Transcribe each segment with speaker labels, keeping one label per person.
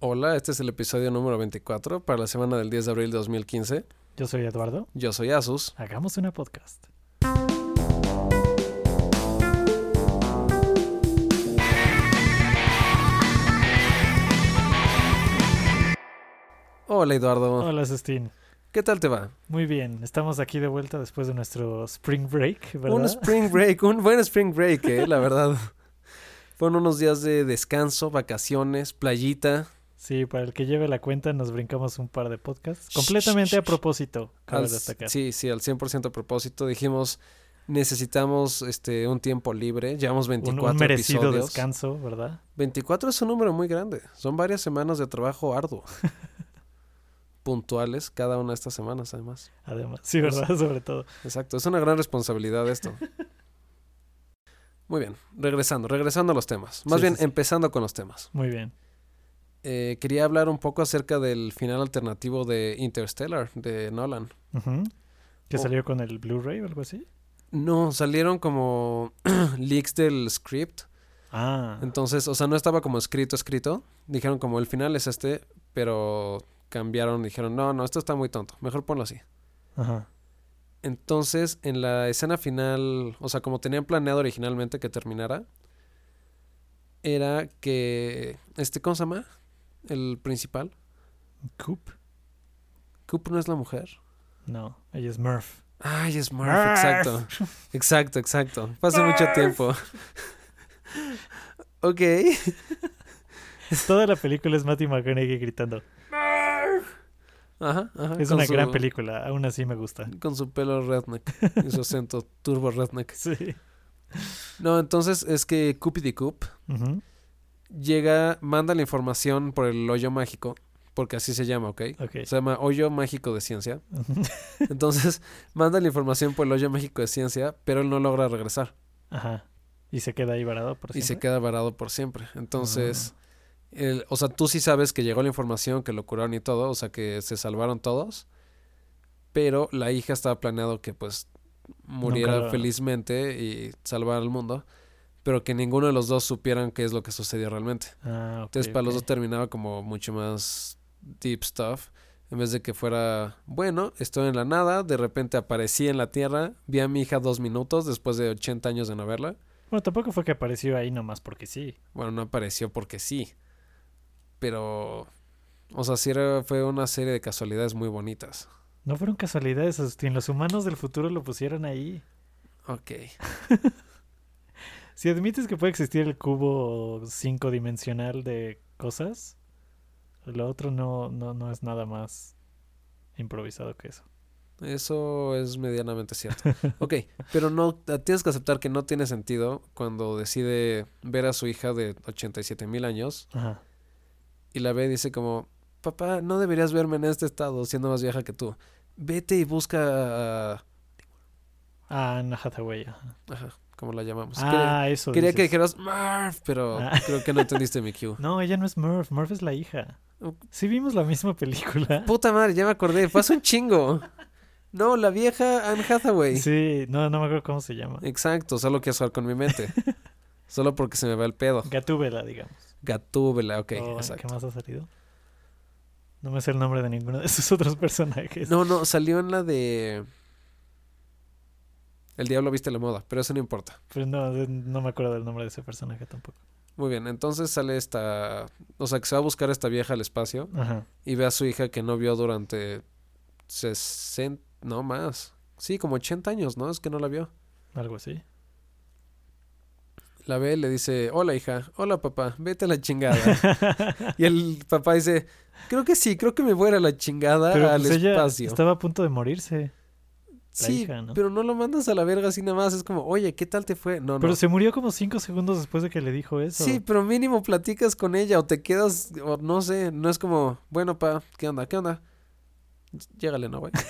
Speaker 1: Hola, este es el episodio número 24 para la semana del 10 de abril de 2015.
Speaker 2: Yo soy Eduardo.
Speaker 1: Yo soy Asus.
Speaker 2: Hagamos una podcast.
Speaker 1: Hola Eduardo.
Speaker 2: Hola, Sustín.
Speaker 1: ¿Qué tal te va?
Speaker 2: Muy bien, estamos aquí de vuelta después de nuestro spring break, ¿verdad?
Speaker 1: Un spring break, un buen spring break, eh, la verdad. Fueron unos días de descanso, vacaciones, playita,
Speaker 2: Sí, para el que lleve la cuenta nos brincamos un par de podcasts. Completamente a propósito, cabe
Speaker 1: Al-
Speaker 2: destacar.
Speaker 1: Sí, sí, al 100% a propósito. Dijimos, necesitamos este un tiempo libre. Llevamos
Speaker 2: Un,
Speaker 1: 24
Speaker 2: un merecido
Speaker 1: episodios.
Speaker 2: descanso, ¿verdad?
Speaker 1: 24 es un número muy grande. Son varias semanas de trabajo arduo. Puntuales cada una de estas semanas, además.
Speaker 2: Además, sí, ¿verdad? Sobre todo.
Speaker 1: Exacto, es una gran responsabilidad esto. Muy bien, regresando, regresando a los temas. Más
Speaker 2: Sí,
Speaker 1: bien,
Speaker 2: sí, sí.
Speaker 1: empezando con los temas.
Speaker 2: Muy bien.
Speaker 1: Eh, quería hablar un poco acerca del final alternativo de Interstellar, de Nolan.
Speaker 2: Ujú. ¿Que
Speaker 1: Oh.
Speaker 2: salió con el Blu-ray o algo así?
Speaker 1: No, salieron como leaks del script.
Speaker 2: Ah,
Speaker 1: Entonces, o sea, no estaba como escrito, escrito. Dijeron como el final es este, pero cambiaron. Dijeron, no, no, esto está muy tonto. Mejor ponlo así.
Speaker 2: ajá.
Speaker 1: Entonces, en la escena final, o sea, como tenían planeado originalmente que terminara, era que, este, ¿cómo se llama? El principal.
Speaker 2: ¿Coop?
Speaker 1: Coop no es la mujer.
Speaker 2: No, ella es Murph.
Speaker 1: Ay, es Murph,
Speaker 2: Murph.
Speaker 1: exacto. Exacto, exacto. Pasa mucho tiempo. ok.
Speaker 2: Toda la película es Matty McConaughey gritando.
Speaker 1: Ajá, ajá.
Speaker 2: Es
Speaker 1: Ah, con
Speaker 2: una
Speaker 1: su-
Speaker 2: gran película, aún así me gusta.
Speaker 1: Con su pelo redneck y su acento turbo redneck.
Speaker 2: Sí.
Speaker 1: No, entonces es que Coopity Coop
Speaker 2: Ujú,
Speaker 1: llega, manda la información por el hoyo mágico, porque así se llama, ¿ok?
Speaker 2: Ok.
Speaker 1: Se llama hoyo mágico de ciencia.
Speaker 2: Ujú.
Speaker 1: Entonces manda la información por el hoyo mágico de ciencia, pero él no logra regresar
Speaker 2: Ajá. Y se queda ahí varado por
Speaker 1: y se
Speaker 2: siempre? Ah.
Speaker 1: queda varado por siempre. Entonces, el- o sea, tú sí sabes que llegó la información, que lo curaron y todo, o sea, que se salvaron todos, pero la hija estaba planeado que pues muriera
Speaker 2: lo-
Speaker 1: felizmente y salvar al mundo, pero que ninguno de los dos supieran qué es lo que sucedió realmente.
Speaker 2: Ah, ok,
Speaker 1: Entonces, para los
Speaker 2: ok.
Speaker 1: dos terminaba como mucho más deep stuff. En vez de que fuera, bueno, estoy en la nada, de repente aparecí en la tierra, vi a mi hija dos minutos después de 80 años de no verla.
Speaker 2: Bueno, tampoco fue que apareció ahí nomás porque sí.
Speaker 1: Bueno, no apareció porque sí. Pero, o sea, sí era- fue una serie de casualidades muy bonitas.
Speaker 2: No fueron casualidades, Asustín. Los humanos del futuro lo pusieron ahí.
Speaker 1: Ok.
Speaker 2: Si admites que puede existir el cubo cinco dimensional de cosas, lo otro no, no, no es nada más improvisado que eso.
Speaker 1: Eso es medianamente cierto. Ok, pero no ah, tienes que aceptar que no tiene sentido cuando decide ver a su hija de 87 mil años
Speaker 2: Ajá.
Speaker 1: y la ve y dice como, papá, no deberías verme en este estado siendo más vieja que tú. Vete y busca a...
Speaker 2: Ah, Anne Hathaway. ajá.
Speaker 1: Ajá, ¿cómo la llamamos?
Speaker 2: ah, eso.
Speaker 1: Pues quería quería que
Speaker 2: dices.
Speaker 1: dijeras Marv, pero
Speaker 2: Ah.
Speaker 1: creo que no entendiste mi cue.
Speaker 2: No, ella no es Murph. Murph es la hija.
Speaker 1: Ok.
Speaker 2: Sí vimos la misma película.
Speaker 1: Puta madre, ya me acordé, pasa un chingo. No, la vieja Anne Hathaway.
Speaker 2: Sí, no, no me acuerdo cómo se llama.
Speaker 1: Exacto, solo quiero jugar con mi mente. Solo porque se me va el pedo.
Speaker 2: Gatúbela, digamos.
Speaker 1: Gatúbela, ok,
Speaker 2: O, Oh, ¿Qué
Speaker 1: exacto.
Speaker 2: más ha salido? No me sé el nombre de ninguno de esos otros personajes.
Speaker 1: No, no, salió en la de. El diablo viste la moda, pero eso no importa.
Speaker 2: Pero no, de- no me acuerdo del nombre de ese personaje tampoco.
Speaker 1: Muy bien, entonces sale esta. O sea, que se va a buscar a esta vieja al espacio
Speaker 2: Ajá.
Speaker 1: y ve a su hija que no vio durante 60. No más. Sí, como 80 años, ¿no? Es que no la vio.
Speaker 2: Algo así.
Speaker 1: La ve y le dice, hola hija, hola papá, vete a la chingada. y el papá dice, creo que sí, creo que me voy a ir a la chingada
Speaker 2: Pero
Speaker 1: Ah, al
Speaker 2: pues ella
Speaker 1: espacio.
Speaker 2: estaba a punto de morirse.
Speaker 1: sí,
Speaker 2: hija, ¿no?
Speaker 1: pero no lo mandas a la verga así nada más, es como, oye, ¿qué tal te fue? No,
Speaker 2: Pero
Speaker 1: no.
Speaker 2: se murió como cinco segundos después de que le dijo eso.
Speaker 1: Sí, pero mínimo platicas con ella o te quedas, o no sé, no es como, bueno, pa, ¿qué onda? ¿Qué onda? Llégale, ¿no, güey?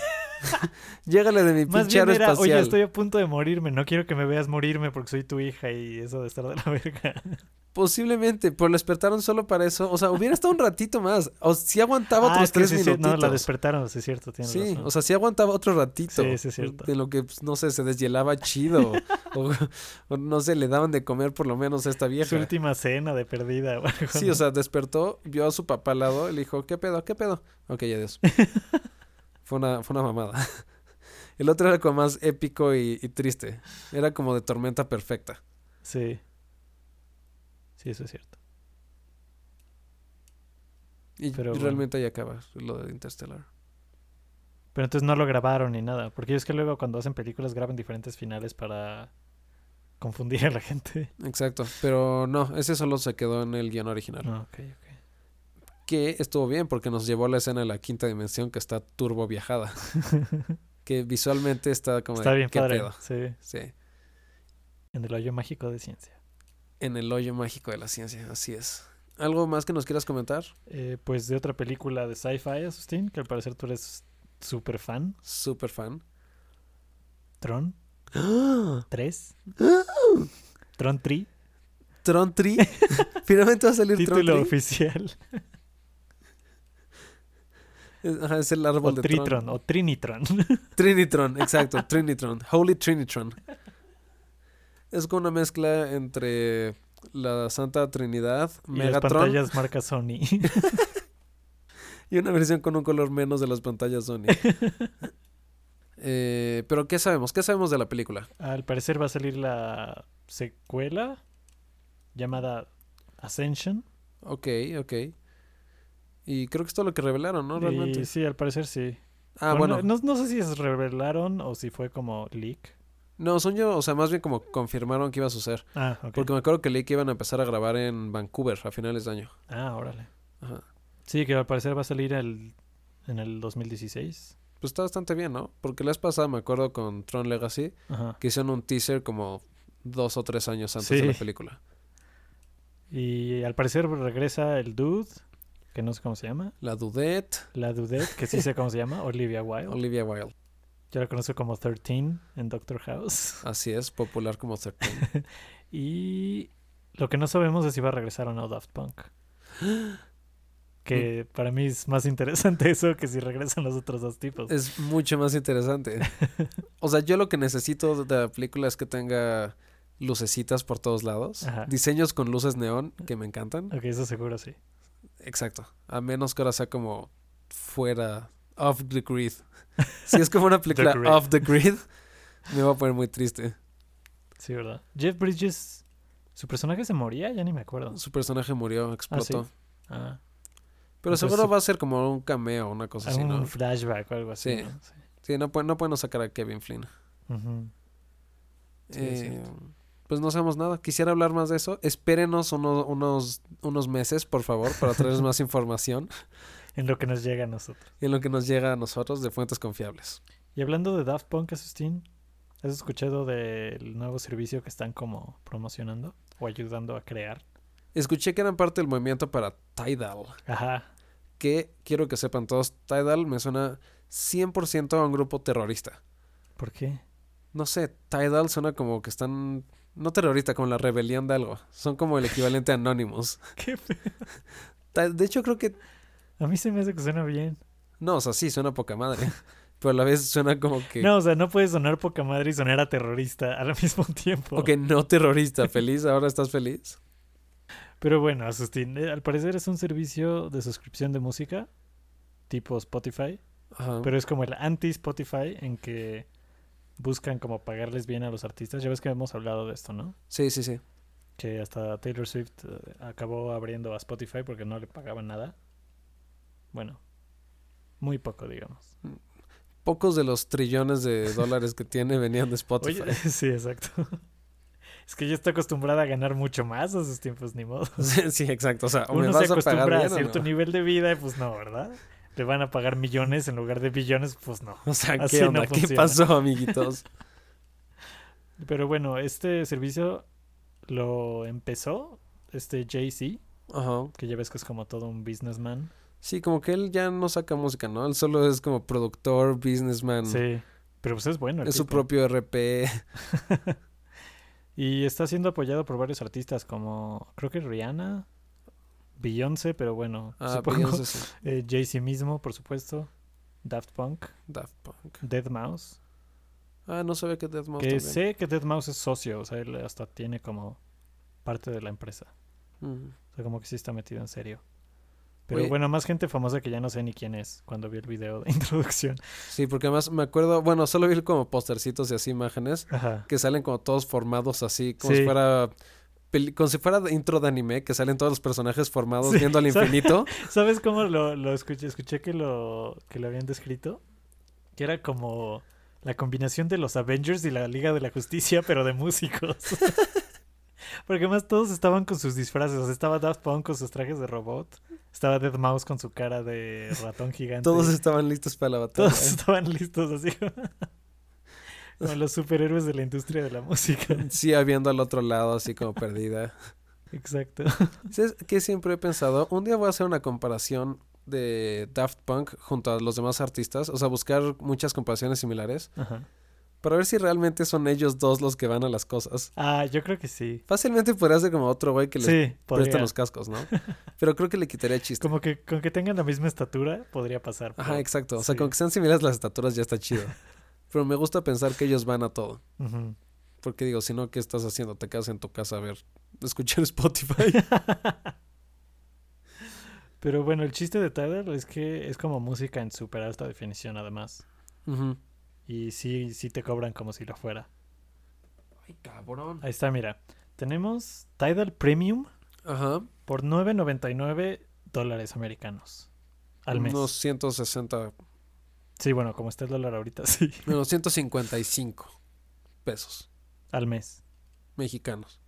Speaker 1: Llégale de mi
Speaker 2: Más
Speaker 1: pinche
Speaker 2: bien
Speaker 1: aro
Speaker 2: era,
Speaker 1: espacial.
Speaker 2: oye, estoy a punto de morirme, no quiero que me veas morirme porque soy tu hija y eso de estar de la verga.
Speaker 1: Posiblemente, pero lo despertaron solo para eso. O sea, hubiera estado un ratito más. O si aguantaba
Speaker 2: Ah,
Speaker 1: otros
Speaker 2: es que
Speaker 1: tres
Speaker 2: sí, sí,
Speaker 1: minutitos.
Speaker 2: no, la despertaron, sí es cierto, tienes
Speaker 1: Sí,
Speaker 2: razón.
Speaker 1: o sea, sí aguantaba otro ratito.
Speaker 2: Sí, sí es cierto.
Speaker 1: De lo que, pues, no sé, se deshielaba chido. o, o no sé, le daban de comer por lo menos a esta
Speaker 2: Su
Speaker 1: vieja.
Speaker 2: última cena de perdida. o algo,
Speaker 1: Sí,
Speaker 2: ¿no?
Speaker 1: o sea, despertó, vio a su papá al lado y le dijo, ¿qué pedo? ¿Qué pedo? Ok, adiós. fue, una, fue una mamada. El otro era como más épico y, y triste. Era como de tormenta perfecta.
Speaker 2: Sí. Sí, eso es cierto.
Speaker 1: Y
Speaker 2: Pero bueno.
Speaker 1: realmente ahí acaba lo de Interstellar.
Speaker 2: Pero entonces no lo grabaron ni nada. Porque es que luego cuando hacen películas graban diferentes finales para confundir a la gente.
Speaker 1: Exacto, pero no, ese solo se quedó en el guión original.
Speaker 2: No, ok, ok.
Speaker 1: Que estuvo bien porque nos llevó a la escena de la quinta dimensión que está turbo viajada. que visualmente está como... de,
Speaker 2: Está bien
Speaker 1: "¿Qué
Speaker 2: padre.
Speaker 1: pedo?".
Speaker 2: Sí.
Speaker 1: Sí,
Speaker 2: En el hoyo mágico de ciencia.
Speaker 1: en el hoyo mágico de la ciencia, así es. ¿Algo más que nos quieras comentar?
Speaker 2: Eh, pues de otra película de sci-fi, Asustín, que al parecer tú eres súper fan.
Speaker 1: Super fan.
Speaker 2: Tron ¡Ah! 3. Tron 3.
Speaker 1: Tron 3. Finalmente va a salir
Speaker 2: Título
Speaker 1: Tron 3.
Speaker 2: oficial.
Speaker 1: Es- Ajá, es el árbol
Speaker 2: O
Speaker 1: de
Speaker 2: Tritron.
Speaker 1: Tron.
Speaker 2: O Trinitron.
Speaker 1: Trinitron, exacto. Trinitron. Holy Trinitron. Es como una mezcla entre la Santa Trinidad,
Speaker 2: y las
Speaker 1: Megatron
Speaker 2: pantallas marca Sony.
Speaker 1: Y una versión con un color menos de las pantallas Sony. Eh, pero ¿qué sabemos? ¿Qué sabemos de la película?
Speaker 2: Al parecer va a salir la secuela llamada Ascension.
Speaker 1: Ok, ok. Y creo que es todo lo que revelaron, ¿no? Realmente.
Speaker 2: Y sí, al parecer sí.
Speaker 1: ah,
Speaker 2: Pero no-
Speaker 1: bueno. No,
Speaker 2: No, no sé si se revelaron o si fue como leak.
Speaker 1: son yo, o sea, más bien como confirmaron que iba a suceder.
Speaker 2: Ah, ok.
Speaker 1: Porque me acuerdo que leí que iban a empezar a grabar en Vancouver a finales de año.
Speaker 2: Ah, órale.
Speaker 1: Ajá.
Speaker 2: Sí, que al parecer va a salir el, en el 2016.
Speaker 1: Pues está bastante bien, ¿no? Porque la vez pasada me acuerdo con Tron Legacy
Speaker 2: Ajá.
Speaker 1: que hicieron un teaser como dos o tres años antes
Speaker 2: Sí.
Speaker 1: de la película.
Speaker 2: Y al parecer regresa el dude, que no sé cómo se llama.
Speaker 1: La Dudette,
Speaker 2: La dudette, que sí sé cómo se llama, Olivia Wilde.
Speaker 1: Olivia Wilde.
Speaker 2: Yo la conozco como 13 en Doctor House.
Speaker 1: Así es, popular como 13.
Speaker 2: Y lo que no sabemos es si va a regresar o no Daft Punk. Que para mí es más interesante eso que si regresan los otros dos tipos.
Speaker 1: Es mucho más interesante. O sea, yo lo que necesito de la película es que tenga lucecitas por todos lados.
Speaker 2: Ajá.
Speaker 1: Diseños con luces neón que me encantan.
Speaker 2: Ok, eso seguro sí.
Speaker 1: Exacto. A menos que ahora sea como fuera, off the grid. Si es como una película
Speaker 2: grid.
Speaker 1: off the grid, me va a poner muy triste.
Speaker 2: Sí, ¿verdad? Jeff Bridges, ¿su personaje se moría? Ya ni me acuerdo.
Speaker 1: Su personaje murió, explotó.
Speaker 2: Ah,
Speaker 1: Pero
Speaker 2: Entonces,
Speaker 1: seguro
Speaker 2: sí.
Speaker 1: va a ser como un cameo, una cosa así,
Speaker 2: algún
Speaker 1: ¿no?
Speaker 2: flashback o algo así.
Speaker 1: Sí.
Speaker 2: ¿no? Sí.
Speaker 1: Sí, no, pueden no pueden sacar a Kevin Flynn.
Speaker 2: Ujú. Sí, es
Speaker 1: Eh,
Speaker 2: cierto.
Speaker 1: pues no sabemos nada. Quisiera hablar más de eso. Espérenos uno- unos, unos meses, por favor, para traerles más información
Speaker 2: En lo que nos llega a nosotros.
Speaker 1: en lo que nos llega a nosotros de fuentes confiables.
Speaker 2: Y hablando de Daft Punk, Asustín, ¿has escuchado del nuevo servicio que están como promocionando o ayudando a crear?
Speaker 1: Escuché que eran parte del movimiento para Tidal,
Speaker 2: Ajá.
Speaker 1: que quiero que sepan todos, Tidal me suena 100% a un grupo terrorista.
Speaker 2: ¿Por qué?
Speaker 1: No sé, Tidal suena como que están... No terrorista, como la rebelión de algo. Son como el equivalente a Anonymous.
Speaker 2: ¿Qué fe-
Speaker 1: Ti- De hecho, creo que
Speaker 2: A mí se me hace que suena bien.
Speaker 1: No, o sea, sí, suena poca madre. Pero a la vez suena como que.
Speaker 2: No, o sea, no puede sonar poca madre y sonar a terrorista al mismo tiempo.
Speaker 1: Ok, no terrorista, feliz, ahora estás feliz.
Speaker 2: Pero bueno, Asustín, eh, al parecer es un servicio de suscripción de música tipo Spotify,
Speaker 1: Ajá.
Speaker 2: pero es como el anti-Spotify en que buscan como pagarles bien a los artistas. Ya ves que hemos hablado de esto, ¿no?
Speaker 1: Sí, sí, sí.
Speaker 2: Que hasta Taylor Swift eh, acabó abriendo a Spotify porque no le pagaban nada. Bueno, muy poco, digamos.
Speaker 1: Pocos de los trillones de dólares que tiene venían de Spotify.
Speaker 2: Oye, sí, exacto. Es que yo estoy acostumbrada a ganar mucho más a sus tiempos, ni modo.
Speaker 1: Sí, sí, exacto. O sea, o me
Speaker 2: Uno
Speaker 1: vas
Speaker 2: se
Speaker 1: a pagar
Speaker 2: acostumbra a,
Speaker 1: bien o
Speaker 2: cierto
Speaker 1: no?
Speaker 2: nivel de vida y pues no, ¿verdad? Le van a pagar millones en lugar de billones, pues no.
Speaker 1: O sea,
Speaker 2: Así
Speaker 1: ¿qué
Speaker 2: no
Speaker 1: onda? ¿Qué
Speaker 2: funciona.
Speaker 1: pasó, amiguitos?
Speaker 2: Pero bueno, este servicio lo empezó este Jay-Z
Speaker 1: Ajá.
Speaker 2: que ya ves que es como todo un businessman.
Speaker 1: Sí, como que él ya no saca música, ¿no? Él solo es como productor, businessman.
Speaker 2: Sí, pero pues es bueno. el
Speaker 1: Mm. es su
Speaker 2: tipo.
Speaker 1: propio RP.
Speaker 2: Y está siendo apoyado por varios artistas como, creo que Rihanna, Beyoncé, pero bueno,
Speaker 1: Ah,
Speaker 2: supongo.
Speaker 1: Beyoncé, sí.
Speaker 2: Eh, Jay-Z mismo, por supuesto. Daft Punk,
Speaker 1: Daft Punk.
Speaker 2: Dead Mouse.
Speaker 1: Ah, no sabía que Death Mouse
Speaker 2: Que
Speaker 1: también.
Speaker 2: sé que Dead Mouse es socio, o sea, él hasta tiene como parte de la empresa.
Speaker 1: Mm.
Speaker 2: O sea, como que sí está metido en serio. Pero
Speaker 1: Oye.
Speaker 2: bueno, más gente famosa que ya no sé ni quién es cuando vi el video de introducción.
Speaker 1: Sí, porque además me acuerdo, bueno, solo vi como postercitos y así imágenes
Speaker 2: Ajá.
Speaker 1: que salen como todos formados así, como
Speaker 2: Sí.
Speaker 1: si fuera peli- como si fuera de intro de anime, que salen todos los personajes formados
Speaker 2: Sí,
Speaker 1: viendo al
Speaker 2: ¿sabes?
Speaker 1: infinito.
Speaker 2: ¿Sabes cómo lo, lo escuché? Escuché que lo, que lo habían descrito. Que era como la combinación de los Avengers y la Liga de la Justicia, pero de músicos. Porque además todos estaban con sus disfraces. O sea, estaba Daft Punk con sus trajes de robot. Estaba Dead Mouse con su cara de ratón gigante.
Speaker 1: Todos estaban listos para la batalla.
Speaker 2: Todos estaban listos así. Como los superhéroes de la industria de la música.
Speaker 1: Sí, viendo al otro lado así como perdida.
Speaker 2: Exacto.
Speaker 1: ¿Sabes qué siempre he pensado? Un día voy a hacer una comparación de Daft Punk junto a los demás artistas, o sea, buscar muchas comparaciones similares
Speaker 2: Ajá.
Speaker 1: para ver si realmente son ellos dos los que van a las cosas.
Speaker 2: Ah, yo creo que sí.
Speaker 1: Fácilmente podría ser como otro güey que les
Speaker 2: Sí,
Speaker 1: presta
Speaker 2: podría.
Speaker 1: los cascos, ¿no? Pero creo que le quitaría el chiste.
Speaker 2: Como que con que tengan la misma estatura podría pasar.
Speaker 1: Ajá,
Speaker 2: pero-
Speaker 1: exacto. O sea,
Speaker 2: sí.
Speaker 1: con que sean similares las estaturas ya está chido. Pero me gusta pensar que ellos van a todo.
Speaker 2: Ujú.
Speaker 1: Porque digo, si no, ¿qué estás haciendo? Te quedas en tu casa a ver, escuchar Spotify.
Speaker 2: Pero bueno, el chiste de Tidal es que es como música en súper alta definición además.
Speaker 1: Ujú.
Speaker 2: Y sí, sí te cobran como si lo fuera.
Speaker 1: Ay, cabrón.
Speaker 2: Ahí está, mira. Tenemos Tidal Premium
Speaker 1: Ajá.
Speaker 2: por 9.99 dólares americanos al mes.
Speaker 1: Unos 160,
Speaker 2: Sí, bueno, como está el dólar ahorita, sí.
Speaker 1: menos 155 pesos
Speaker 2: Al mes.
Speaker 1: mexicanos.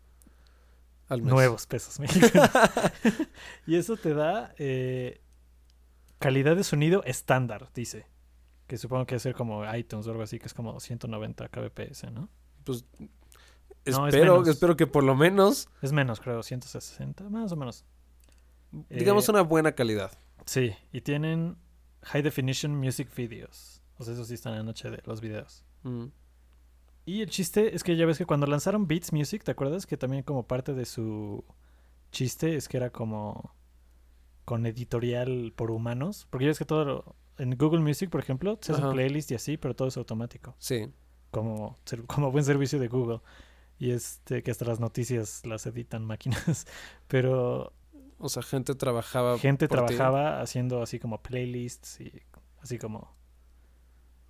Speaker 1: Al mes.
Speaker 2: Nuevos pesos mexicanos. y eso te da eh, calidad de sonido estándar, dice. Que supongo que es ser como iTunes o algo así, que es como 190 kbps, ¿no?
Speaker 1: Pues,
Speaker 2: No, es
Speaker 1: espero,
Speaker 2: menos.
Speaker 1: espero que por lo menos
Speaker 2: Es menos, creo, 160, más o menos.
Speaker 1: digamos
Speaker 2: Eh,
Speaker 1: una buena calidad.
Speaker 2: Sí, y tienen High Definition Music Videos. O sea, esos sí están en HD, los videos.
Speaker 1: Mm.
Speaker 2: Y el chiste es que ya ves que cuando lanzaron Beats Music, ¿te acuerdas? Que también como parte de su chiste es que era como con editorial por humanos. Porque ya ves que todo... lo- en Google Music, por ejemplo, se hace
Speaker 1: Ajá.
Speaker 2: playlist y así, pero todo es automático.
Speaker 1: Sí.
Speaker 2: Como, ser- como buen servicio de Google. Y este, que hasta las noticias las editan máquinas. Pero
Speaker 1: O sea, gente trabajaba.
Speaker 2: gente
Speaker 1: Ah, por ti.
Speaker 2: trabajaba haciendo así como playlists y así como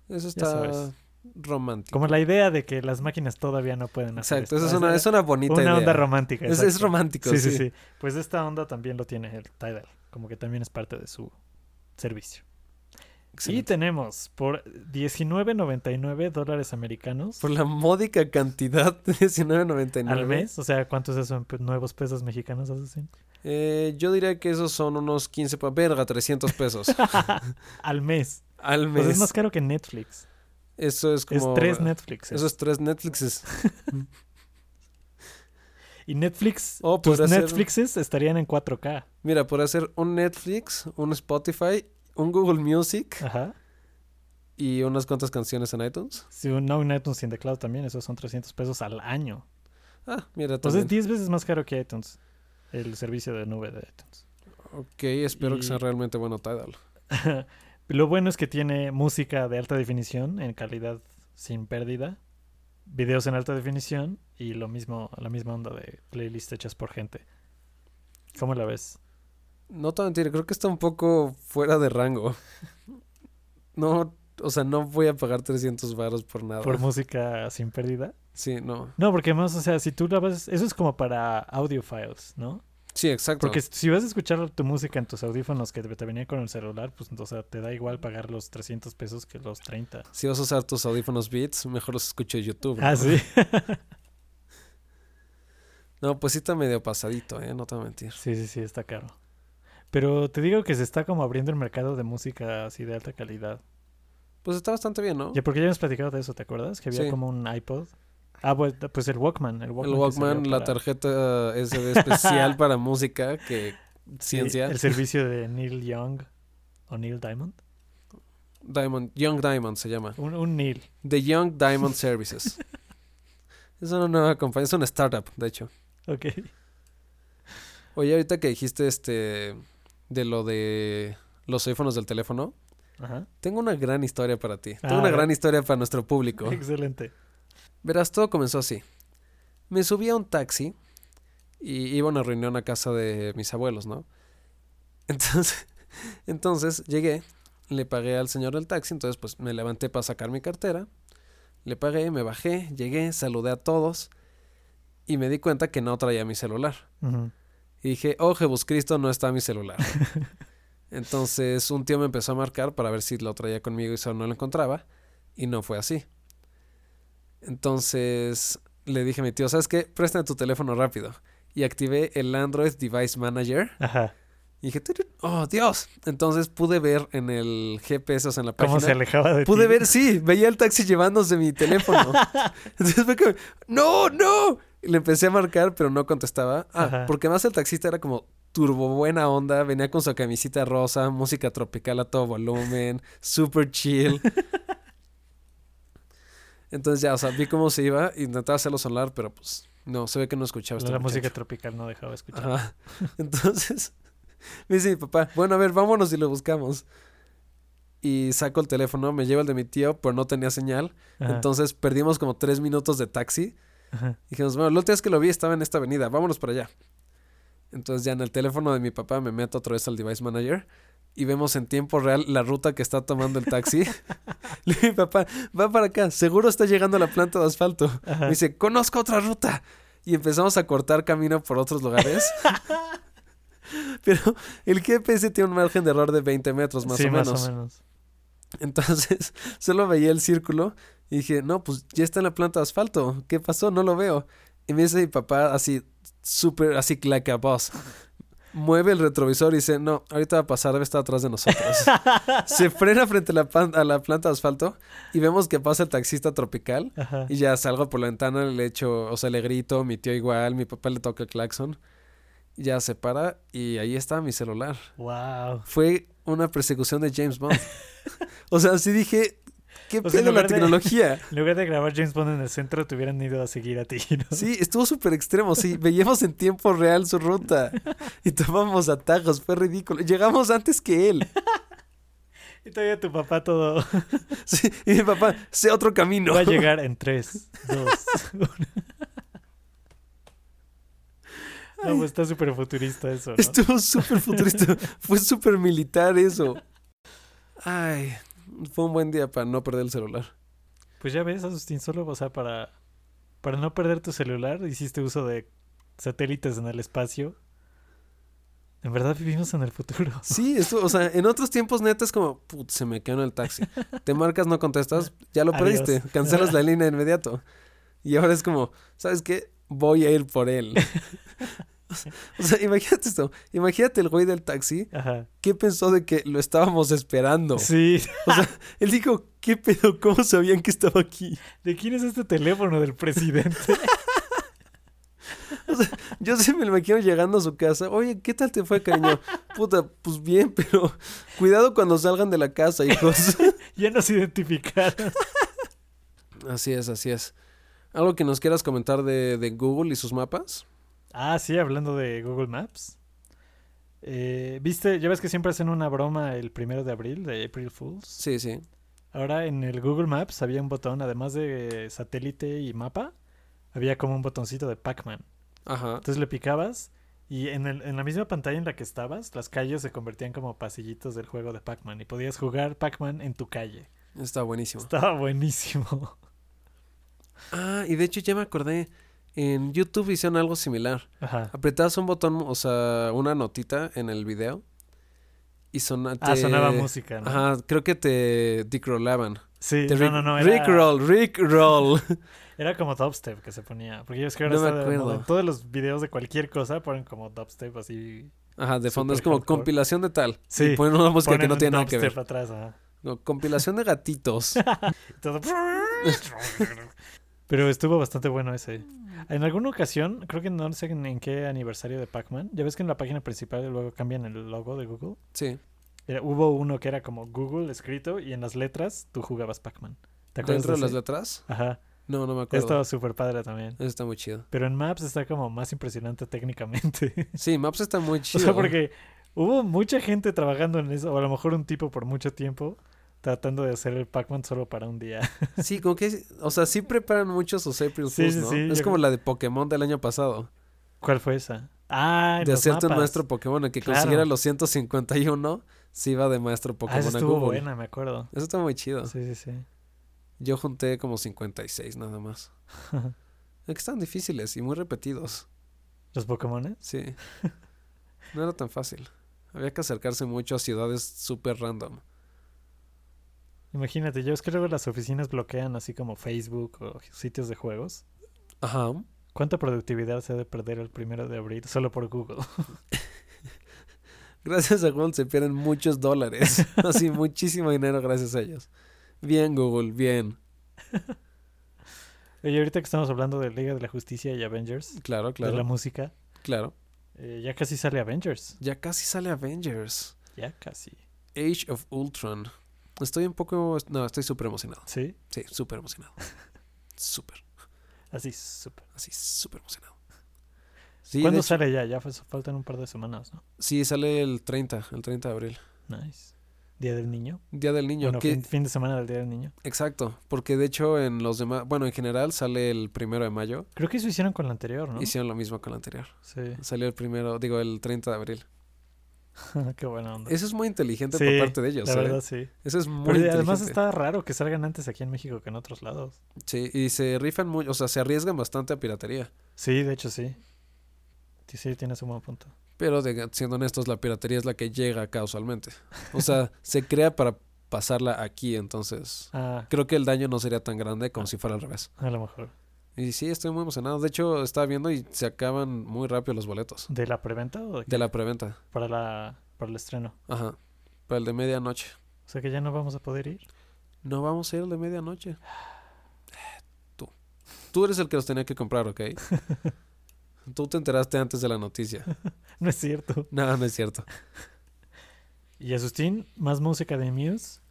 Speaker 1: Eso
Speaker 2: Ya sabes.
Speaker 1: está romántico.
Speaker 2: como la idea de que las máquinas todavía no pueden hacer
Speaker 1: Exacto,
Speaker 2: esto.
Speaker 1: eso es una, es una bonita
Speaker 2: una
Speaker 1: idea.
Speaker 2: onda romántica
Speaker 1: es, es
Speaker 2: exacto.
Speaker 1: romántico,
Speaker 2: sí, sí sí pues esta onda también lo tiene el Tidal como que también es parte de su servicio y
Speaker 1: Excelente.
Speaker 2: tenemos por 19.99 dólares americanos
Speaker 1: Por la módica cantidad de 19.99
Speaker 2: al mes o sea cuántos es eso en pe- nuevos pesos mexicanos así
Speaker 1: eh, yo diría que esos son unos 15, pa- verga, 300 pesos
Speaker 2: al mes
Speaker 1: al mes.
Speaker 2: pues es más caro que Netflix
Speaker 1: Eso es como
Speaker 2: es tres Netflix eh.
Speaker 1: Eso es tres Netflixes.
Speaker 2: y Netflix
Speaker 1: Oh,
Speaker 2: tus
Speaker 1: podría ser-
Speaker 2: Netflixes estarían en 4K
Speaker 1: Mira, podría ser un Netflix, un Spotify, un Google Music
Speaker 2: ajá
Speaker 1: y unas cuantas canciones en iTunes.
Speaker 2: Si un no un iTunes y en the cloud también, esos son 300 pesos al año.
Speaker 1: Ah, mira,
Speaker 2: Entonces
Speaker 1: también.
Speaker 2: es 10 veces más caro que iTunes, el servicio de nube de iTunes.
Speaker 1: ok, espero que sea
Speaker 2: y-
Speaker 1: realmente bueno Tidal.
Speaker 2: Lo bueno es que tiene música de alta definición en calidad sin pérdida, videos en alta definición y lo mismo, la misma onda de playlist hechas por gente. ¿Cómo la ves?
Speaker 1: No te mentiré, creo que está un poco fuera de rango. No, o sea, no voy a pagar 300 varos por nada.
Speaker 2: ¿Por música sin pérdida?
Speaker 1: Sí, no.
Speaker 2: No, porque más, o sea, si tú la vas, eso es como para audio files, ¿no?
Speaker 1: Sí, exacto.
Speaker 2: Porque si vas a escuchar tu música en tus audífonos que te venían con el celular, pues o sea, te da igual pagar los 300 pesos que los 30.
Speaker 1: Si vas a usar tus audífonos Beats, mejor los escucho en YouTube.
Speaker 2: Ah, sí.
Speaker 1: No, pues sí está medio pasadito, ¿eh? No te voy a mentir.
Speaker 2: Sí, sí, sí, está caro. Pero te digo que se está como abriendo el mercado de música así de alta calidad.
Speaker 1: Pues está bastante bien, ¿no?
Speaker 2: Ya porque ya hemos platicado de eso, ¿te acuerdas? Que había
Speaker 1: Sí.
Speaker 2: como un iPod. Ah, bueno, pues el Walkman. El Walkman,
Speaker 1: El
Speaker 2: que salió
Speaker 1: Walkman, la
Speaker 2: para-
Speaker 1: tarjeta SD especial para música que ciencia.
Speaker 2: El servicio de Neil Young o Neil Diamond.
Speaker 1: Diamond, Young Diamond se llama.
Speaker 2: Un, un Neil.
Speaker 1: The Young Diamond Services. es una nueva compañía, es una startup, de hecho.
Speaker 2: Ok.
Speaker 1: Oye, ahorita que dijiste este de lo de los audífonos del teléfono,
Speaker 2: Ajá.
Speaker 1: tengo una gran historia para ti.
Speaker 2: Ah,
Speaker 1: Tengo una
Speaker 2: a ver.
Speaker 1: gran historia para nuestro público.
Speaker 2: Excelente.
Speaker 1: Verás, todo comenzó así. Me subí a un taxi y iba a una reunión a casa de mis abuelos, ¿no? Entonces, entonces llegué, le pagué al señor del taxi, entonces pues me levanté para sacar mi cartera, le pagué, me bajé, llegué, saludé a todos y me di cuenta que no traía mi celular.
Speaker 2: Ujú.
Speaker 1: Y dije, oh Jesucristo, no está mi celular. Entonces un tío me empezó a marcar para ver si lo traía conmigo y solo no lo encontraba. Y no fue así. Entonces le dije a mi tío, ¿sabes qué? Préstame tu teléfono rápido. Y activé el Android Device Manager.
Speaker 2: Ajá.
Speaker 1: Y dije, "Turit". oh Dios. Entonces pude ver en el GPS, o sea, en la
Speaker 2: ¿Cómo
Speaker 1: página.
Speaker 2: se alejaba de
Speaker 1: Pude
Speaker 2: ti?
Speaker 1: ver, sí, veía el taxi llevándose mi teléfono. Entonces fue como, ¡no, no! Y le empecé a marcar, pero no contestaba. Ah,
Speaker 2: Ajá.
Speaker 1: porque más el taxista era como turbo buena onda, venía con su camisita rosa, música tropical a todo volumen, super chill. Entonces ya, o sea, vi cómo se iba, intentaba hacerlo sonar, pero pues no, se ve que no escuchaba
Speaker 2: La
Speaker 1: este
Speaker 2: música
Speaker 1: muchacho.
Speaker 2: tropical no dejaba escuchar.
Speaker 1: Ajá. Entonces, me dice mi papá, bueno, a ver, vámonos y lo buscamos. Y saco el teléfono, me llevo el de mi tío, pero no tenía señal.
Speaker 2: Ajá.
Speaker 1: Entonces perdimos como tres minutos de taxi.
Speaker 2: Ajá.
Speaker 1: Dijimos, bueno, la última vez que lo vi estaba en esta avenida, vámonos para allá. Entonces ya en el teléfono de mi papá me meto otra vez al device manager y vemos en tiempo real la ruta que está tomando el taxi. Le digo, mi papá, va para acá, seguro está llegando a la planta de asfalto.
Speaker 2: Ajá.
Speaker 1: Me dice, conozco otra ruta. Y empezamos a cortar camino por otros lugares. Pero el GPS tiene un margen de error de 20 metros más
Speaker 2: sí,
Speaker 1: o
Speaker 2: más
Speaker 1: menos.
Speaker 2: o menos.
Speaker 1: Entonces solo veía el círculo y dije, no, pues ya está en la planta de asfalto. ¿Qué pasó? No lo veo. Y me dice mi papá así, súper, así like a boss. Mueve el retrovisor y dice, no, ahorita va a pasar, debe estar atrás de nosotros. Se frena frente a la, pan- a la planta de asfalto y vemos que pasa el taxista tropical.
Speaker 2: Ajá.
Speaker 1: Y ya salgo por la ventana, le echo, o sea, le grito, mi tío igual, mi papá le toca el claxon. Ya se para y ahí está mi celular.
Speaker 2: Wow.
Speaker 1: Fue una persecución de James Bond. o sea, sí dije, ¿qué
Speaker 2: O sea,
Speaker 1: pedo
Speaker 2: en
Speaker 1: la
Speaker 2: lugar de-
Speaker 1: tecnología?
Speaker 2: En lugar de grabar James Bond en el centro, te hubieran ido a seguir a ti. ¿no?
Speaker 1: Sí, estuvo súper extremo, sí. Veíamos en tiempo real su ruta y tomamos atajos, fue ridículo. Llegamos antes que él.
Speaker 2: Y todavía tu papá todo
Speaker 1: Sí, y mi papá, sé otro camino.
Speaker 2: va a llegar en 3, 2, 1. No, pues está súper futurista eso, ¿no?
Speaker 1: Estuvo súper futurista. fue súper militar eso. Ay, fue un buen día para no perder el celular.
Speaker 2: Pues ya ves, Asustín, solo, o sea, para, para no perder tu celular, hiciste uso de satélites en el espacio. En verdad vivimos en el futuro.
Speaker 1: Sí, estuvo, o sea, en otros tiempos neta es como, put, se me quedó en el taxi. Te marcas, no contestas, ya lo
Speaker 2: Adiós.
Speaker 1: perdiste. Cancelas la línea de inmediato. Y ahora es como, ¿sabes qué? Voy a ir por él. O sea, imagínate esto. Imagínate el güey del taxi.
Speaker 2: Ajá.
Speaker 1: ¿Qué pensó de que lo estábamos esperando?
Speaker 2: Sí.
Speaker 1: Él dijo, ¿qué pedo? ¿Cómo sabían que estaba aquí?
Speaker 2: ¿De quién es este teléfono del presidente?
Speaker 1: Yo sí me lo imagino llegando a su casa. Oye, ¿qué tal te fue, cariño? Puta, pues bien, pero cuidado cuando salgan de la casa, hijos.
Speaker 2: ya nos identificaron.
Speaker 1: así es, así es. ¿Algo que nos quieras comentar de, de Google y sus mapas?
Speaker 2: Ah, sí, hablando de Google Maps. Eh, ¿Viste? Ya ves que siempre hacen una broma el primero de abril, de April Fools.
Speaker 1: Sí, sí.
Speaker 2: Ahora en el Google Maps había un botón, además de satélite y mapa, había como un botoncito de Pac-Man.
Speaker 1: Ajá.
Speaker 2: Entonces le picabas y en, el- en la misma pantalla en la que estabas, las calles se convertían como pasillitos del juego de Pac-Man y podías jugar Pac-Man en tu calle.
Speaker 1: Está buenísimo.
Speaker 2: Estaba buenísimo.
Speaker 1: Ah, y de hecho ya me acordé. En YouTube hicieron algo similar.
Speaker 2: Ajá.
Speaker 1: Apretabas un botón, o sea, una notita en el video. Y sonaba.
Speaker 2: Ah, sonaba música, ¿no?
Speaker 1: Ajá, creo que te dickrollaban.
Speaker 2: Sí,
Speaker 1: Te
Speaker 2: no,
Speaker 1: rick-
Speaker 2: no, no, era,
Speaker 1: Rickroll, Rickroll.
Speaker 2: era como dubstep que se ponía. Porque yo es que ahora
Speaker 1: No me
Speaker 2: está de moda.
Speaker 1: acuerdo.
Speaker 2: En todos los videos de cualquier cosa ponen como dubstep así.
Speaker 1: Ajá, de fondo
Speaker 2: Super
Speaker 1: es como
Speaker 2: hardcore.
Speaker 1: compilación de tal.
Speaker 2: Sí,
Speaker 1: Y ponen una música Pues que
Speaker 2: ponen
Speaker 1: no
Speaker 2: un
Speaker 1: tiene nada que ver.
Speaker 2: dubstep atrás, ajá.
Speaker 1: No, compilación de gatitos.
Speaker 2: Y todo- Pero estuvo bastante bueno ese. En alguna ocasión, creo que no sé en, en qué aniversario de Pac-Man, ya ves que en la página principal luego cambian el logo de Google.
Speaker 1: Sí.
Speaker 2: Era- hubo uno que era como Google escrito y en las letras tú jugabas Pac-Man. ¿Te acuerdas?
Speaker 1: ¿Dentro de
Speaker 2: de
Speaker 1: las
Speaker 2: ese?
Speaker 1: de atrás?
Speaker 2: Ajá.
Speaker 1: No, no me acuerdo.
Speaker 2: Estaba súper padre también.
Speaker 1: Eso está muy chido.
Speaker 2: Pero en Maps está como más impresionante técnicamente.
Speaker 1: Sí, Maps está muy
Speaker 2: o
Speaker 1: chido.
Speaker 2: sea, porque hubo mucha gente trabajando en eso, o a lo mejor un tipo por mucho tiempo tratando de hacer el Pac-Man solo para un día.
Speaker 1: Sí, como que... O sea, sí preparan mucho sus April
Speaker 2: Sí,
Speaker 1: Fools,
Speaker 2: sí,
Speaker 1: ¿no?
Speaker 2: sí,
Speaker 1: es
Speaker 2: yo
Speaker 1: como
Speaker 2: creo-
Speaker 1: la de Pokémon del año pasado.
Speaker 2: ¿Cuál fue esa? Ah,
Speaker 1: de
Speaker 2: los
Speaker 1: hacerte un
Speaker 2: mapas.
Speaker 1: maestro Pokémon. El que
Speaker 2: Claro.
Speaker 1: consiguiera los 151 sí iba de maestro
Speaker 2: Ah,
Speaker 1: Pokémon
Speaker 2: esa
Speaker 1: a
Speaker 2: estuvo
Speaker 1: Google. Ah.
Speaker 2: buena, me acuerdo.
Speaker 1: Eso está muy chido.
Speaker 2: Sí, sí, sí.
Speaker 1: Yo junté como 56 nada más. Es que están difíciles y muy repetidos.
Speaker 2: ¿Los Pokémones?
Speaker 1: Sí. No era tan fácil. Había que acercarse mucho a ciudades súper random.
Speaker 2: Imagínate, yo es que luego las oficinas bloquean así como Facebook o sitios de juegos.
Speaker 1: Ajá.
Speaker 2: ¿Cuánta productividad se ha de perder el primero de abril solo por Google?
Speaker 1: Gracias a Google se pierden muchos dólares. Así, muchísimo dinero gracias a ellos. Bien, Google, bien.
Speaker 2: Oye, ahorita que estamos hablando de Liga de la Justicia y Avengers,
Speaker 1: Claro,
Speaker 2: de la
Speaker 1: claro.
Speaker 2: música,
Speaker 1: Claro.
Speaker 2: eh, ya casi sale Avengers.
Speaker 1: Ya casi sale Avengers.
Speaker 2: Ya casi.
Speaker 1: Age of Ultron. Estoy un poco... No, estoy súper emocionado.
Speaker 2: Sí,
Speaker 1: Sí, súper emocionado. Súper.
Speaker 2: así súper.
Speaker 1: Así, súper emocionado. Sí, de
Speaker 2: ¿Cuándo
Speaker 1: hecho-
Speaker 2: sale ya? Ya fue- faltan un par de semanas, ¿no?
Speaker 1: sí, sale el 30, el 30 de abril.
Speaker 2: Nice. Día del niño.
Speaker 1: Día del Niño.
Speaker 2: Bueno,
Speaker 1: que-
Speaker 2: fin, fin de semana del Día del Niño.
Speaker 1: Exacto, porque de hecho en los demás, bueno, en general sale el primero de mayo.
Speaker 2: Creo que eso hicieron con la anterior, ¿no?
Speaker 1: Hicieron lo mismo con el anterior.
Speaker 2: Sí.
Speaker 1: Salió el primero, digo, el 30 de abril.
Speaker 2: Qué buena onda.
Speaker 1: Eso es muy inteligente
Speaker 2: Sí,
Speaker 1: por parte de ellos.
Speaker 2: la
Speaker 1: ¿eh?
Speaker 2: verdad, sí.
Speaker 1: Eso es muy
Speaker 2: Porque
Speaker 1: inteligente.
Speaker 2: además está raro que salgan antes aquí en México que en otros lados.
Speaker 1: Sí, y se rifan mucho, o sea, se arriesgan bastante a piratería.
Speaker 2: Sí, de hecho sí. Sí, sí, tienes un buen punto.
Speaker 1: Pero de- siendo honestos, la piratería es la que llega acá usualmente. O sea, se crea para pasarla aquí, entonces
Speaker 2: Ah,
Speaker 1: creo que el daño no sería tan grande como si fuera al revés.
Speaker 2: a lo mejor.
Speaker 1: Y sí, estoy muy emocionado. De hecho, estaba viendo y se acaban muy rápido los boletos
Speaker 2: ¿De la preventa o de qué?
Speaker 1: de la preventa.
Speaker 2: para, la, para el estreno?
Speaker 1: Ajá. Para el de medianoche.
Speaker 2: O sea que ya no vamos a poder ir.
Speaker 1: No vamos a ir al de medianoche. Eh, Tú. Tú eres el que los tenía que comprar, ¿ok? Tú te enteraste antes de la noticia.
Speaker 2: No es cierto.
Speaker 1: No, no es cierto.
Speaker 2: Y Asustín, más música de Muse.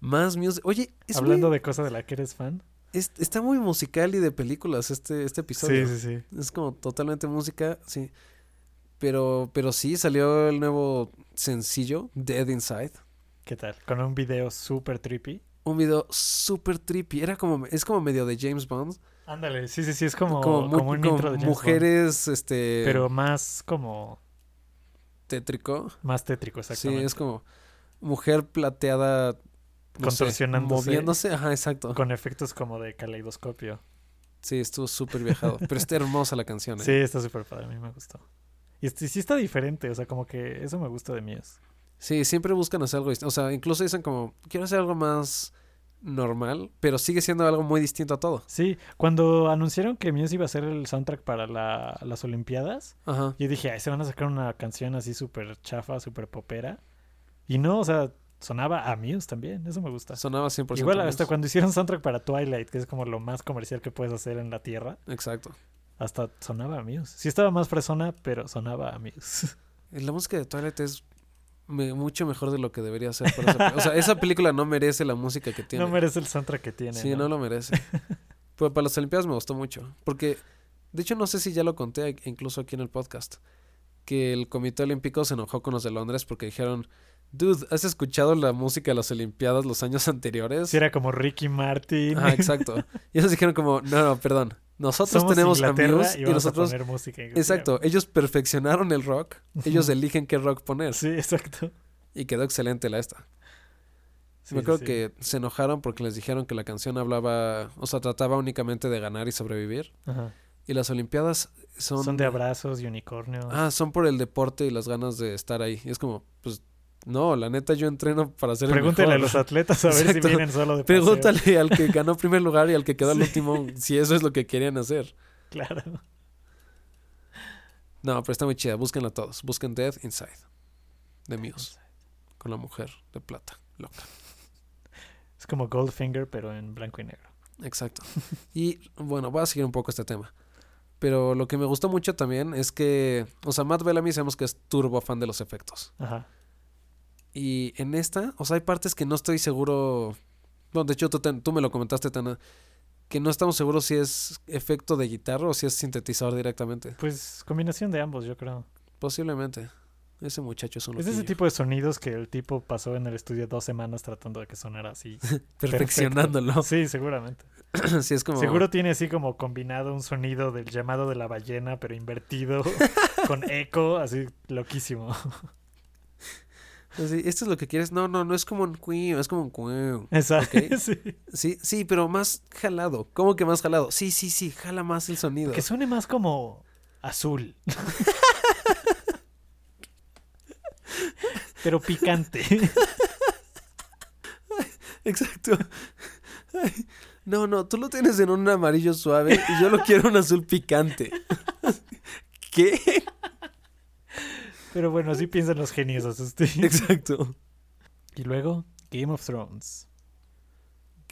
Speaker 1: Más music. Oye, es muy-
Speaker 2: hablando de cosa de la que eres fan.
Speaker 1: es- está muy musical y de películas este, este episodio.
Speaker 2: sí, sí.
Speaker 1: Es como totalmente música, sí. Pero, pero sí, salió el nuevo sencillo, Dead Inside.
Speaker 2: ¿Qué tal? Con un video súper trippy.
Speaker 1: Un video súper trippy. Era como, es como medio de James Bond.
Speaker 2: Ándale, sí, sí, sí, es como,
Speaker 1: como, mu-
Speaker 2: Oh, como un
Speaker 1: como
Speaker 2: intro de James Bond,
Speaker 1: mujeres, este,
Speaker 2: pero más como,
Speaker 1: tétrico.
Speaker 2: más tétrico,
Speaker 1: Sí,
Speaker 2: exactamente.
Speaker 1: es como mujer plateada no sé,
Speaker 2: Contorsionándose.
Speaker 1: moviéndose, ajá, exacto.
Speaker 2: Con efectos como de caleidoscopio.
Speaker 1: Sí, estuvo súper viajado, pero está hermosa la canción. ¿eh?
Speaker 2: Sí, está súper padre, a mí me gustó. Y este- sí está diferente, o sea, como que eso me gusta de Muse.
Speaker 1: Sí, siempre buscan hacer algo distinto. O sea, incluso dicen como, quiero hacer algo más normal, pero sigue siendo algo muy distinto a todo.
Speaker 2: Sí, cuando anunciaron que Muse iba a ser el soundtrack para la- las Olimpiadas,
Speaker 1: Ajá.
Speaker 2: yo dije, ay, se van a sacar una canción así súper chafa, súper popera. Y no, o sea, sonaba a Muse también, eso me gusta.
Speaker 1: Sonaba 100%.
Speaker 2: Igual
Speaker 1: menos.
Speaker 2: hasta cuando hicieron soundtrack para Twilight, que es como lo más comercial que puedes hacer en la Tierra,
Speaker 1: Exacto.
Speaker 2: hasta sonaba a Muse. Sí estaba más fresona, pero sonaba a Muse.
Speaker 1: La música de Twilight es me- mucho mejor de lo que debería ser. para esa pe- o sea, esa película no merece la música que tiene.
Speaker 2: No merece el soundtrack que tiene.
Speaker 1: Sí,
Speaker 2: ¿no?
Speaker 1: no lo merece. Pero para las Olimpiadas me gustó mucho. Porque, de hecho, no sé si ya lo conté ac- incluso aquí en el podcast. Que el Comité Olímpico se enojó con los de Londres porque dijeron: Dude, ¿has escuchado la música de las Olimpiadas los años anteriores?
Speaker 2: Sí, era como Ricky Martin.
Speaker 1: Ajá, exacto. Y ellos dijeron, como, no, no, perdón. Nosotros
Speaker 2: Somos
Speaker 1: tenemos a
Speaker 2: Inglaterra
Speaker 1: Muse
Speaker 2: y,
Speaker 1: y,
Speaker 2: vamos
Speaker 1: nosotros.
Speaker 2: a poner música inglesa.
Speaker 1: Exacto, ellos perfeccionaron el rock. Ellos
Speaker 2: Ujú.
Speaker 1: eligen qué rock poner.
Speaker 2: Sí, exacto.
Speaker 1: Y quedó excelente la esta.
Speaker 2: Sí,
Speaker 1: me
Speaker 2: sí,
Speaker 1: acuerdo
Speaker 2: sí.
Speaker 1: que se enojaron porque les dijeron que la canción hablaba, o sea, trataba únicamente de ganar y sobrevivir.
Speaker 2: Ajá.
Speaker 1: Y las Olimpiadas son.
Speaker 2: Son, de abrazos y unicornios.
Speaker 1: Ah, son por el deporte y las ganas de estar ahí. Y es como, pues, no, la neta, yo entreno para hacer
Speaker 2: Pregúntale a
Speaker 1: el mejor.
Speaker 2: los atletas a ver
Speaker 1: Exacto.
Speaker 2: si vienen solo de paseo.
Speaker 1: Pregúntale al que ganó primer lugar y al que quedó al
Speaker 2: Sí.
Speaker 1: último si eso es lo que querían hacer.
Speaker 2: Claro.
Speaker 1: No, pero está muy chida. Búsquenla todos. Busquen Dead Inside. De Muse. Con la mujer de plata. Loca.
Speaker 2: Es como Goldfinger, pero en blanco y negro.
Speaker 1: Exacto. Y bueno, voy a seguir un poco este tema. Pero lo que me gustó mucho también es que, o sea, Matt Bellamy sabemos que es turbo fan de los efectos.
Speaker 2: Ajá.
Speaker 1: Y en esta, o sea, hay partes que no estoy seguro. Bueno, de hecho, tú, te- tú me lo comentaste, Tana, que no estamos seguros si es efecto de guitarra o si es sintetizador directamente.
Speaker 2: Pues combinación de ambos, yo creo.
Speaker 1: Posiblemente. Ese muchacho es un
Speaker 2: Es de ese
Speaker 1: loquillo.
Speaker 2: tipo de sonidos que el tipo pasó en el estudio dos semanas tratando de que sonara así.
Speaker 1: perfeccionándolo.
Speaker 2: Sí, seguramente.
Speaker 1: sí, es como.
Speaker 2: Seguro tiene así como combinado un sonido del llamado de la ballena, pero invertido, con eco, así loquísimo.
Speaker 1: así, Esto es lo que quieres. No, no, no es como un cuío, es como un cuío.
Speaker 2: Exacto.
Speaker 1: Ok. Sí, sí, pero más jalado. ¿Cómo que más jalado? Sí, sí, sí, jala más el sonido.
Speaker 2: Que suene más como azul. pero picante.
Speaker 1: Exacto. Ay, no, no, tú lo tienes en un amarillo suave y yo lo quiero en azul picante. ¿Qué?
Speaker 2: Pero bueno, así piensan los genios, Asustín.
Speaker 1: Exacto.
Speaker 2: Y luego, Game of Thrones.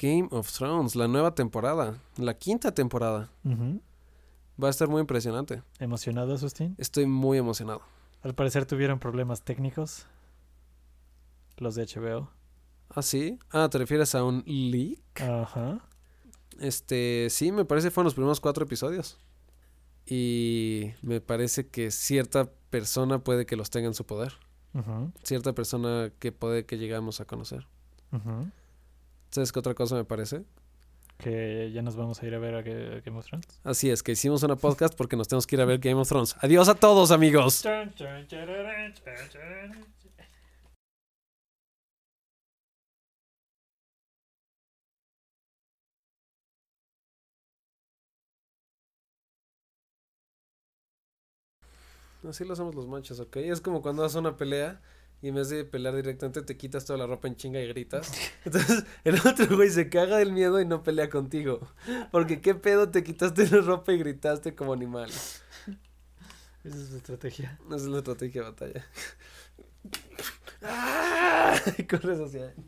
Speaker 1: Game of Thrones, la nueva temporada, la quinta temporada.
Speaker 2: Ujú.
Speaker 1: Va a estar muy impresionante.
Speaker 2: ¿Emocionado, Asustín?
Speaker 1: Estoy muy emocionado.
Speaker 2: Al parecer tuvieron problemas técnicos. Los de HBO.
Speaker 1: ¿Ah, sí? Ah, ¿te refieres a un leak?
Speaker 2: Ajá.
Speaker 1: Este, sí, me parece fueron los primeros cuatro episodios. Y me parece que cierta persona puede que los tenga en su poder.
Speaker 2: Ujú,
Speaker 1: Cierta persona que puede que llegamos a conocer.
Speaker 2: ujú.
Speaker 1: ¿Sabes qué otra cosa me parece?
Speaker 2: Que ya nos vamos a ir a ver a Ga- a Game of Thrones.
Speaker 1: Así es, que hicimos una podcast porque nos tenemos que ir a ver Game of Thrones. Adiós a todos, amigos. Así lo hacemos los machos, ¿ok? Es como cuando haces una pelea y en vez de pelear directamente te quitas toda la ropa en chinga y gritas. Entonces el otro güey se caga del miedo y no pelea contigo. Porque qué pedo te quitaste la ropa y gritaste como animal.
Speaker 2: Esa es la estrategia.
Speaker 1: Esa es la estrategia de batalla. ¡Ah! Y corres hacia él.